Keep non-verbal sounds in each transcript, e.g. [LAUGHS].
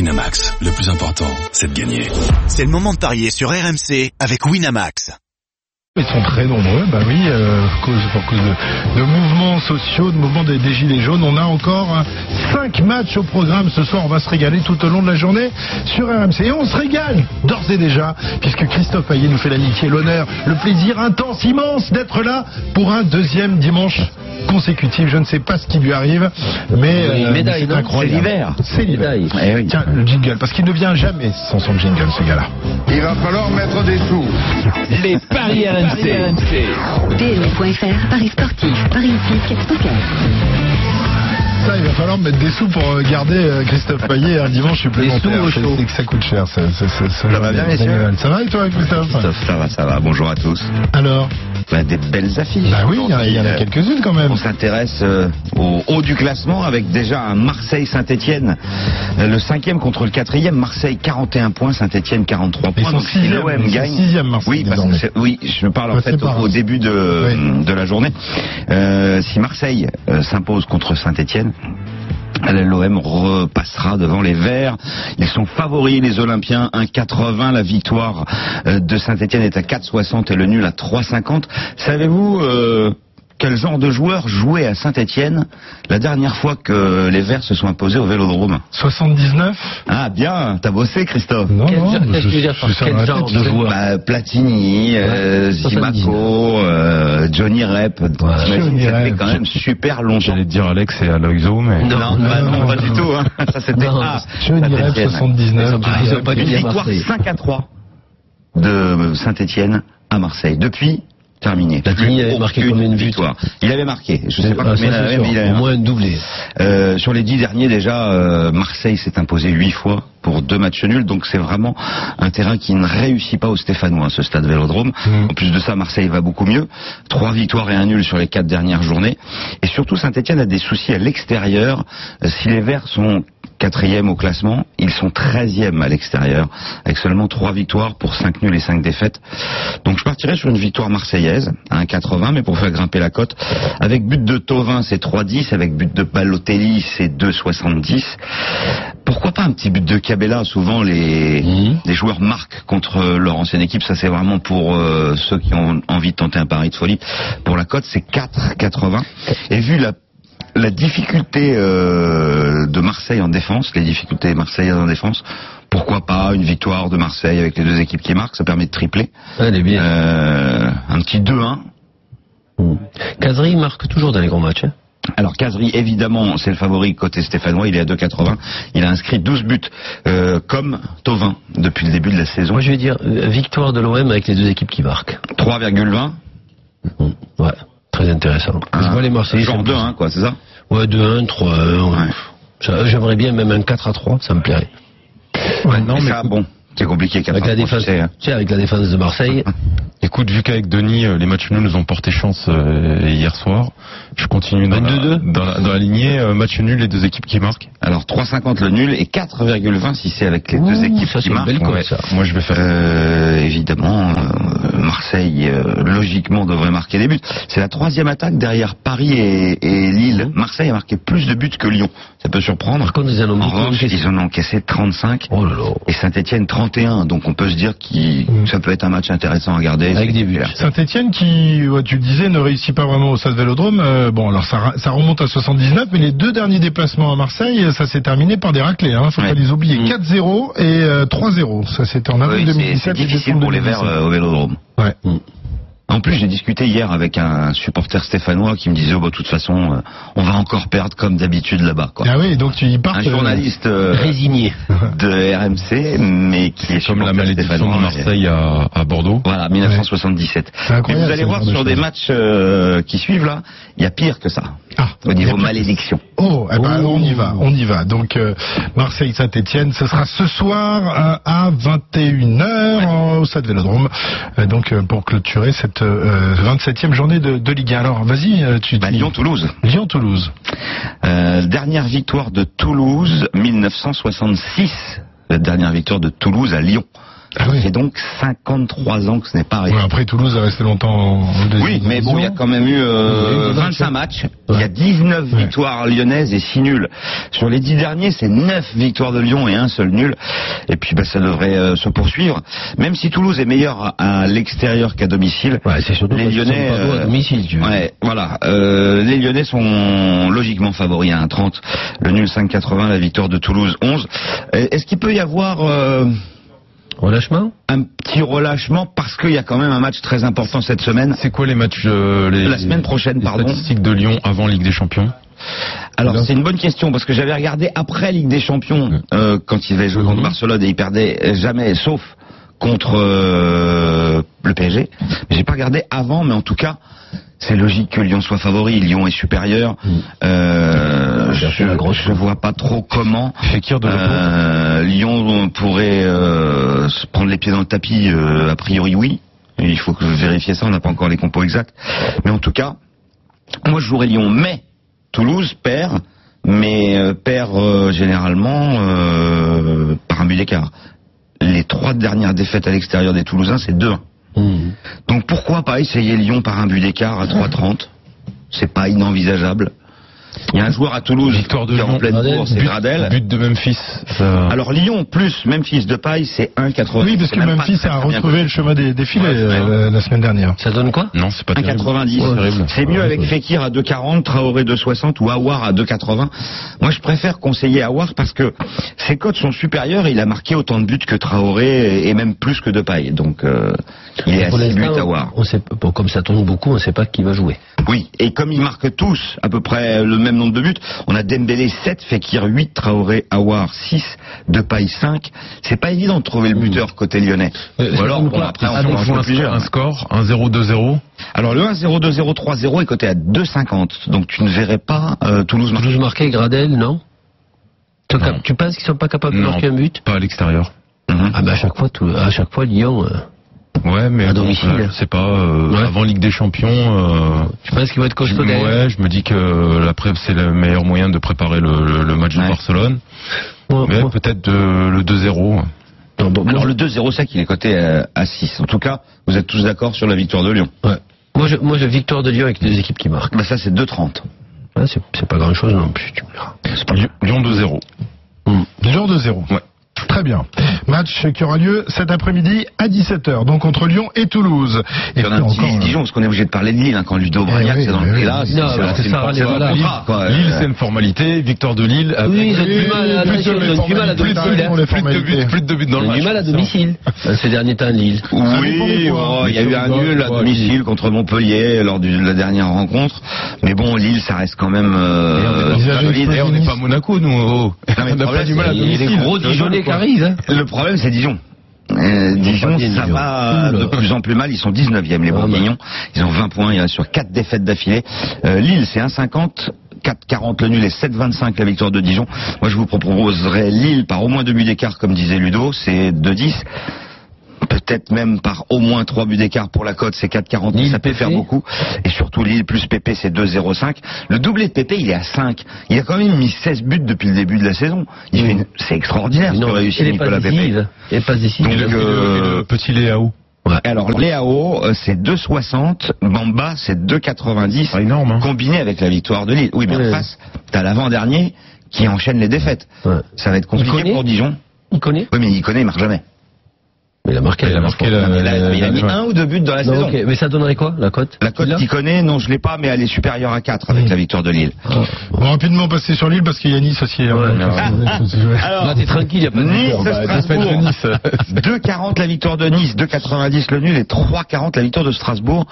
Winamax, le plus important, c'est de gagner. C'est le moment de parier sur RMC avec Winamax. Ils sont très nombreux, bah oui, euh, cause, pour cause de, de mouvements sociaux, de mouvements des, des gilets jaunes. On a encore euh, cinq matchs au programme ce soir. On va se régaler tout au long de la journée sur RMC. Et on se régale d'ores et déjà, puisque Christophe Payet nous fait l'amitié, l'honneur, le plaisir intense, immense d'être là pour un deuxième dimanche consécutif. Je ne sais pas ce qui lui arrive, mais Oui, euh, médaille, mais non C'est l'hiver. C'est l'hiver. Médaille. Eh oui. Tiens, le jingle, parce qu'il ne vient jamais sans son jingle, ce gars-là. Il va falloir mettre des sous. Les paris RMC. PMU.fr, Paris sportif, Paris hippique, poker. Ça, il va falloir mettre des sous pour euh, garder euh, Christophe Payet un dimanche supplémentaire. sous au C'est- chaud. C'est que ça coûte cher. Ça, ça- ça- ça- Ça va bien, messieurs Génial. Ça va et toi, Christophe Christophe, ça va, ça va. Bonjour à tous. Alors Bah, des belles affiches. Bah oui, il y en a- il y en a Euh, quelques-unes quand même. On s'intéresse euh, au haut du classement avec déjà un Marseille-Saint-Etienne. Euh, le cinquième contre le quatrième. Marseille 41 points, Saint-Etienne 43 Ils points. sont Donc, si sixième, l'OM ils sont gagne- sixième, Marseille, Oui, parce que désormais. c'est- oui, je parle Ouais, en Bah, c'est fait au, pas grave. au début de, Oui. de la journée. Euh, si Marseille euh, s'impose contre Saint-Etienne. L'OM repassera devant les Verts. Ils sont favoris, les Olympiens, 1,80. La victoire euh, de Saint-Etienne est à 4,60 et le nul à 3,50. Savez-vous euh, quel genre de joueur jouait à Saint-Etienne la dernière fois que les Verts se sont imposés au Vélodrome 79 Ah bien, t'as bossé Christophe Non, Quel non, genre- mais qu'est-ce que tu veux dire je par suis sur quel la genre tête, de je- joueur Bah, Platini, euh, 79. Zimaco, euh, Johnny Rep. Johnny ça fait Rep. quand même super longtemps. J'allais te dire Alex et Aloxo, mais Non, non, bah non, non, pas non. du tout. Hein. Ça c'était Non, ah, Johnny Rep, Saint-Étienne. 79. Ah, ils ont pas Une dû dire victoire Marseille. 5 à 3 de Saint-Étienne à Marseille. Depuis, terminé. Platini Plus avait marqué aucune combien de buts victoire. Il avait marqué. Je sais pas Ah, ça, combien il c'est avait, sûr. mais il avait Au marqué. moins une doublée. Euh, sur les dix derniers déjà, euh, Marseille s'est imposé huit fois pour deux matchs nuls, donc c'est vraiment un terrain qui ne réussit pas aux Stéphanois, hein, ce stade Vélodrome. En plus de ça, Marseille va beaucoup mieux. Trois victoires et un nul sur les quatre dernières journées. Et surtout, Saint-Etienne a des soucis à l'extérieur. Euh, si les Verts sont quatrième au classement, ils sont treizième à l'extérieur, avec seulement trois victoires pour cinq nuls et cinq défaites. Donc je partirai sur une victoire marseillaise à 1,80, mais pour faire grimper la cote, avec but de Tovin c'est 3,10, avec but de Balotelli c'est 2,70. Pourquoi pas un petit but de Cabella Souvent les, les joueurs marquent contre leur ancienne équipe, ça c'est vraiment pour euh, ceux qui ont envie de tenter un pari de folie. Pour la cote c'est 4,80. Et vu la la difficulté euh, de Marseille en défense, les difficultés marseillaises en défense, pourquoi pas une victoire de Marseille avec les deux équipes qui marquent, ça permet de tripler. Elle est bien. Euh, un petit 2-1. Kazri Euh, marque toujours dans les grands matchs. hein. Alors Casri, évidemment, c'est le favori côté stéphanois, il est à 2,80. Il a inscrit 12 buts, euh, comme Tovin, depuis le début de la saison. Moi, je vais dire euh, victoire de l'OM avec les deux équipes qui marquent. 3,20. Mm. Ouais, très intéressant. je vois les Marseillais. Ah, Genre 2-1, quoi, c'est ça Ouais, 2-1, 3-1. Ouais. Ça, J'aimerais bien même un 4 à 3, ça me plairait. non, mais... Ça, bon, c'est compliqué, 4 Avec la, défense, c'est, hein. tu sais, avec la défense [LAUGHS] de Marseille, écoute, vu qu'avec Denis, euh, les matchs nuls nous ont porté chance euh, hier soir, je continue dans, la, 22-2. dans, la, dans la lignée, euh, match nul, les deux équipes qui marquent. Alors 3,50 le nul et 4,20 si c'est avec les deux Ouh, équipes ça, qui c'est une marquent. belle cote, Ouais. ça. Moi, je vais faire... Euh, évidemment, euh, Marseille euh, logiquement devrait marquer des buts. C'est la troisième attaque derrière Paris et, et Lille. Mmh. Marseille a marqué plus de buts que Lyon. Ça peut surprendre. par contre, ils en ont En beaucoup revanche, encaissé. ils en ont encaissé 35 Oh là là. et Saint-Etienne 31. Donc on peut se dire que ça peut être un match intéressant à regarder. Mmh. Avec C'est des buts. clair. Saint-Etienne qui, ouais, tu le disais, ne réussit pas vraiment au Stade Vélodrome. Euh, bon, alors ça, ra- ça remonte à 79, mais les deux derniers déplacements à Marseille, ça s'est terminé par des raclés. Hein, faut Ouais. pas les oublier. Mm. 4-0 et euh, 3-0. Ça c'était en avril Oui, c'est- 2017. c'est et difficile décembre pour les Verts 2017. euh, au Vélodrome. Ouais. En plus, j'ai discuté hier avec un supporter stéphanois qui me disait, oh, bah, de toute façon, euh, on va encore perdre comme d'habitude là-bas. quoi. Ah oui, donc tu y pars. Un journaliste euh, Résigné. de RMC, mais qui est Comme la supporter malédiction stéphanois. de Marseille à, à Bordeaux. Voilà, 1977. C'est incroyable, Mais vous allez ce voir genre de sur des choses. matchs euh, qui suivent là, il y a pire que ça. Ah, il y Au a niveau plus- malédiction. Oh, eh ben, Oh. alors on y va, on y va. Donc euh, Marseille-Saint-Étienne, ce sera ce soir euh, à 21h au Stade Vélodrome. Euh, donc euh, pour clôturer cette euh, 27e journée de, de Ligue 1. Alors vas-y, euh, tu Bah, dis- Lyon-Toulouse. Lyon-Toulouse. Euh, dernière victoire de Toulouse, 1966. La dernière victoire de Toulouse à Lyon. Ah oui. Ça fait donc 53 ans que ce n'est pas arrivé. Ouais, après, Toulouse a resté longtemps en deuxième Oui, mais bon, il y a division. quand même eu euh, Oui, 25 matchs. Il y a 19 Ouais. victoires lyonnaises et 6 nuls. Sur les 10 derniers, c'est 9 victoires de Lyon et un seul nul. Et puis, bah, ça devrait euh, se poursuivre. Même si Toulouse est meilleur à l'extérieur qu'à domicile, Ouais, c'est surtout les parce qu'ils sont Lyonnais... pas bons à euh, domicile, tu vois. ouais, voilà. Euh, les Lyonnais sont logiquement favoris à 1,30. Le nul 5,80, la victoire de Toulouse 11. Euh, Est-ce qu'il peut y avoir... euh, Relâchement un petit relâchement parce qu'il y a quand même un match très important cette semaine. C'est quoi les matchs euh, les, La semaine prochaine, les pardon. Statistiques de Lyon avant Ligue des Champions. Alors c'est une bonne question parce que j'avais regardé après Ligue des Champions euh, quand ils avaient joué Mhm. contre Barcelone et ils perdaient jamais sauf contre euh, le PSG. Mais J'ai pas regardé avant, mais en tout cas. C'est logique que Lyon soit favori. Lyon est supérieur. Euh, Mhm. Bien je, sûr, la grosse. je vois pas trop [LAUGHS] comment Fekir de Japon. euh, Lyon pourrait euh, se prendre les pieds dans le tapis. euh, a priori, oui. Et Il faut que vérifier ça. On n'a pas encore les compos exacts. Mais en tout cas, moi je jouerais Lyon, mais Toulouse perd, mais euh, perd euh, généralement euh, par un but d'écart. Les trois dernières défaites à l'extérieur des Toulousains, c'est 2-1. Hmm. Donc pourquoi pas essayer Lyon par un but d'écart à 3-30 C'est pas inenvisageable. Il y a un joueur à Toulouse Victoire de qui est en Lyon. pleine Gradel. course, c'est but, Gradel. but de Memphis. ça- Alors Lyon plus Memphis de paille, c'est 1,80. Oui, parce que Memphis a retrouvé le chemin des, des filets Ouais, euh, ouais. la- la semaine dernière. Ça donne quoi non, c'est pas terrible. 1,90. Ouais, terrible. c'est mieux Ouais, avec ouais. Fekir à 2,40, Traoré 2,60 ou Aouar à 2,80. Moi, je préfère conseiller Aouar parce que ses cotes sont supérieures et il a marqué autant de buts que Traoré et même plus que de paille. Donc, euh, il est à Pour 6 buts l'instant, Aouar. on sait, bon, comme ça tourne beaucoup, on ne sait pas qui va jouer. Oui, et comme ils marquent tous à peu près le même nombre de buts, on a Dembélé 7, Fekir 8, Traoré, Aouar 6, Depay 5. C'est pas évident de trouver le buteur Hmm. côté lyonnais. Euh, Ou alors, on bon, peut- après, ah, on peut donc, en je vois jouer un score- plusieurs. un score, hein. un 0-2-0. Alors le 1 0 2 0 3 0 est coté à 2,50. Donc tu ne verrais pas euh, Toulouse marquer. Toulouse marqué, Gradel, non tu, Non. tu penses qu'ils sont pas capables de Non. marquer un but Pas à l'extérieur. Mhm. Ah bah à chaque fois, tout- à chaque fois Lyon. euh, Ouais, mais À bon, domicile. euh, je sais pas. euh, Ouais. Avant Ligue des Champions. euh, tu penses qu'ils vont être je- costauds derrière ouais, je me dis que la pré- c'est le meilleur moyen de préparer le, le- le match Ouais. de Barcelone. Moi- Mais moi- peut-être euh, le 2-0. non, bon, moi- Alors le 2 0 5 il est coté euh, à 6. En tout cas, vous êtes tous d'accord sur la victoire de Lyon. ouais. Moi, je, moi, je victoire de Lyon avec les deux équipes qui marquent. Bah ça c'est 2,30. Ouais, c'est c'est pas grand chose non plus, tu me diras. Lyon Lyon 2-0. Lyon 2-0. Ouais. Très bien. Match qui aura lieu cet après-midi à 17h, donc entre Lyon et Toulouse. Et Il y en a puis un petit encore, Lille, Dijon, parce qu'on est obligé de parler de Lille hein, quand Ludo Bragnac oui, c'est dans le oui, là, oui. c'est Non, c'est- bah, c'est c'est une ça, force- les c'est un voilà. contrat, quoi. Lille, Euh, c'est une formalité. Victoire de Lille. Oui, ils ont du mal à plus de domicile, ils ont du mal à plus de- domicile, hein. pour les Plus de formalités. buts, plus de buts dans le On a match. du mal à domicile euh, ces derniers temps Lille. Oui, pourquoi. bon, il y a eu un nul à Pourquoi, domicile contre Montpellier lors du- de la dernière rencontre. Mais bon, Lille, ça reste quand même euh, Ils avaient solide. explosé D'ailleurs, on n'est pas à Monaco, nous. oh. Non, mais on le n'a pas problème, du mal à c'est- Il y a domicile. des gros Dijonais qui arrivent. Hein. Le problème, c'est Dijon. Euh, Dijon, pas bien, ça Dijon. va euh, Oula. de plus en plus mal. Ils sont 19e, les Ah, Bourguignons. Ils ont 20 points. Il y a sur 4 défaites d'affilée. Euh, Lille, c'est 1,50. 4,40 le nul et 7,25 la victoire de Dijon. Moi, je vous proposerais Lille par au moins deux buts d'écart, comme disait Ludo. C'est 2,10. Peut-être même par au moins trois buts d'écart pour la cote, c'est 4,40. Lille, Ça peut faire PP. beaucoup. Et surtout, Lille plus PP, c'est 2,05. Le doublé de PP, il est à 5. Il a quand même mis 16 buts depuis le début de la saison. Il fait une- C'est extraordinaire ce que réussit il est pas Nicolas Pépé. décisive. Il est pas décisive. Donc, euh, Et le- et le- et le Euh, Petit Léao. Alors, Léao, euh, c'est 2,60. Bamba, c'est 2,90. Pas énorme, hein. Combiné avec la victoire de Lille. Oui, mais Ouais. en face, t'as l'avant-dernier qui enchaîne les défaites. Ouais. Ça va être Il compliqué connaît pour Dijon. Il connaît Oui, mais il connaît, il marque jamais. Mais il a marqué. Il a marqué la la- Mais il a, mais il a mis ouais. un ou deux buts dans la saison. Euh, non, ok, Mais ça donnerait quoi, la cote La cote Là qu'il connaît, non, je l'ai pas, mais elle est supérieure à 4 avec la victoire de Lille. On va rapidement passer sur Lille parce qu'il y a Nice aussi. hein. Ouais. Alors, [LAUGHS] Là, t'es tranquille, il n'y a pas de Nice, buteur. Bah, Strasbourg. [LAUGHS] 2,40 la victoire de Nice, 2,90 le nul et 3,40 la victoire de Strasbourg.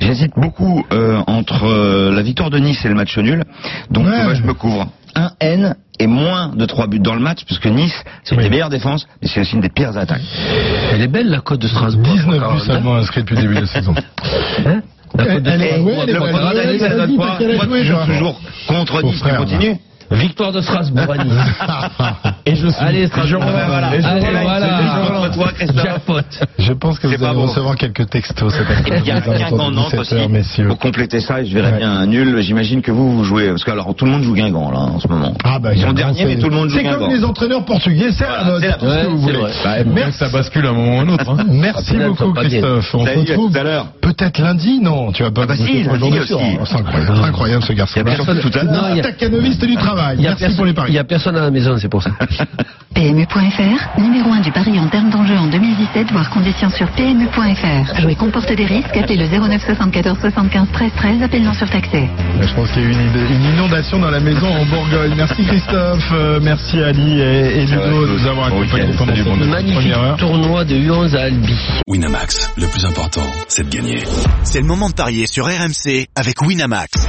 J'hésite beaucoup euh, entre euh, la victoire de Nice et le match nul. Donc Ouais. moi, je me couvre. Un N et moins de 3 buts dans le match, puisque Nice, c'est une Oui. des meilleures défenses, mais c'est aussi une des pires attaques. Elle est belle, la cote de Strasbourg. 19 buts 40, seulement inscrits depuis le début de la [LAUGHS] saison. hein La cote de Elle est- Strasbourg. ouais, elle est bonne. elle est pas mal. Ouais, Gradel, elle ça a donne dit quoi parce qu'elle a joué, Moi, toujours, genre. toujours contre Son Nice, tu frère, là. continues Victoire de Strasbourg à Nice. Et je suis. Allez, Strasbourg. Et je relève, voilà. et je Allez, relève, voilà. et je relève. Toi, Christophe. Jackpot. Je pense que C'est vous pas allez bon. recevoir quelques textos cet Et puis, après-midi. il y a aux alentours Guingamp de Nantes 17 heures, aussi. messieurs. Pour compléter ça, et je verrais Ouais. bien un nul. J'imagine que vous, vous jouez. Parce que alors, tout le monde joue Guingamp, là, en ce moment. Ah bah, Ils sont Guingamp, derniers, c'est- mais tout le monde joue C'est comme Guingamp. les entraîneurs portugais, euh, c'est Voilà, la mode. c'est la- tout ce que Ouais, vous c'est voulez. vrai. Bah, bien que ça bascule à un moment ou à un autre. hein. [LAUGHS] Merci Ah, beaucoup, c'est pas bien. Christophe. On se Salut, à retrouve tout à l'heure. peut-être lundi, non Tu vas pas Ah bah vous si, retrouver lundi aujourd'hui, aussi. Ah. sûr. C'est incroyable, incroyable, ce garçon. Il y a personne Ah. tout à l'heure. Non, il y a- Tacanoviste du travail. Il y a Merci personne- pour les Il paris. n'y a personne à la maison, c'est pour ça. PMU.fr, numéro 1 du pari en termes d'enjeu en 2017, voire conditions sur PMU.fr. Jouer comporte des risques, appelez le 09 74 75 13 13, appel non surtaxé. Euh, Je pense qu'il y a eu une, idée- une inondation dans la maison en Bourgogne. Merci Christophe, euh, merci Ali et, et Ça va, Ludo de Claude. nous avoir Bon accompagnés week-end. pendant Salut, cette bon week-end. Magnifique première heure. tournoi de U11 à Albi. Winamax, le plus important, c'est de gagner. C'est le moment de parier sur RMC avec Winamax.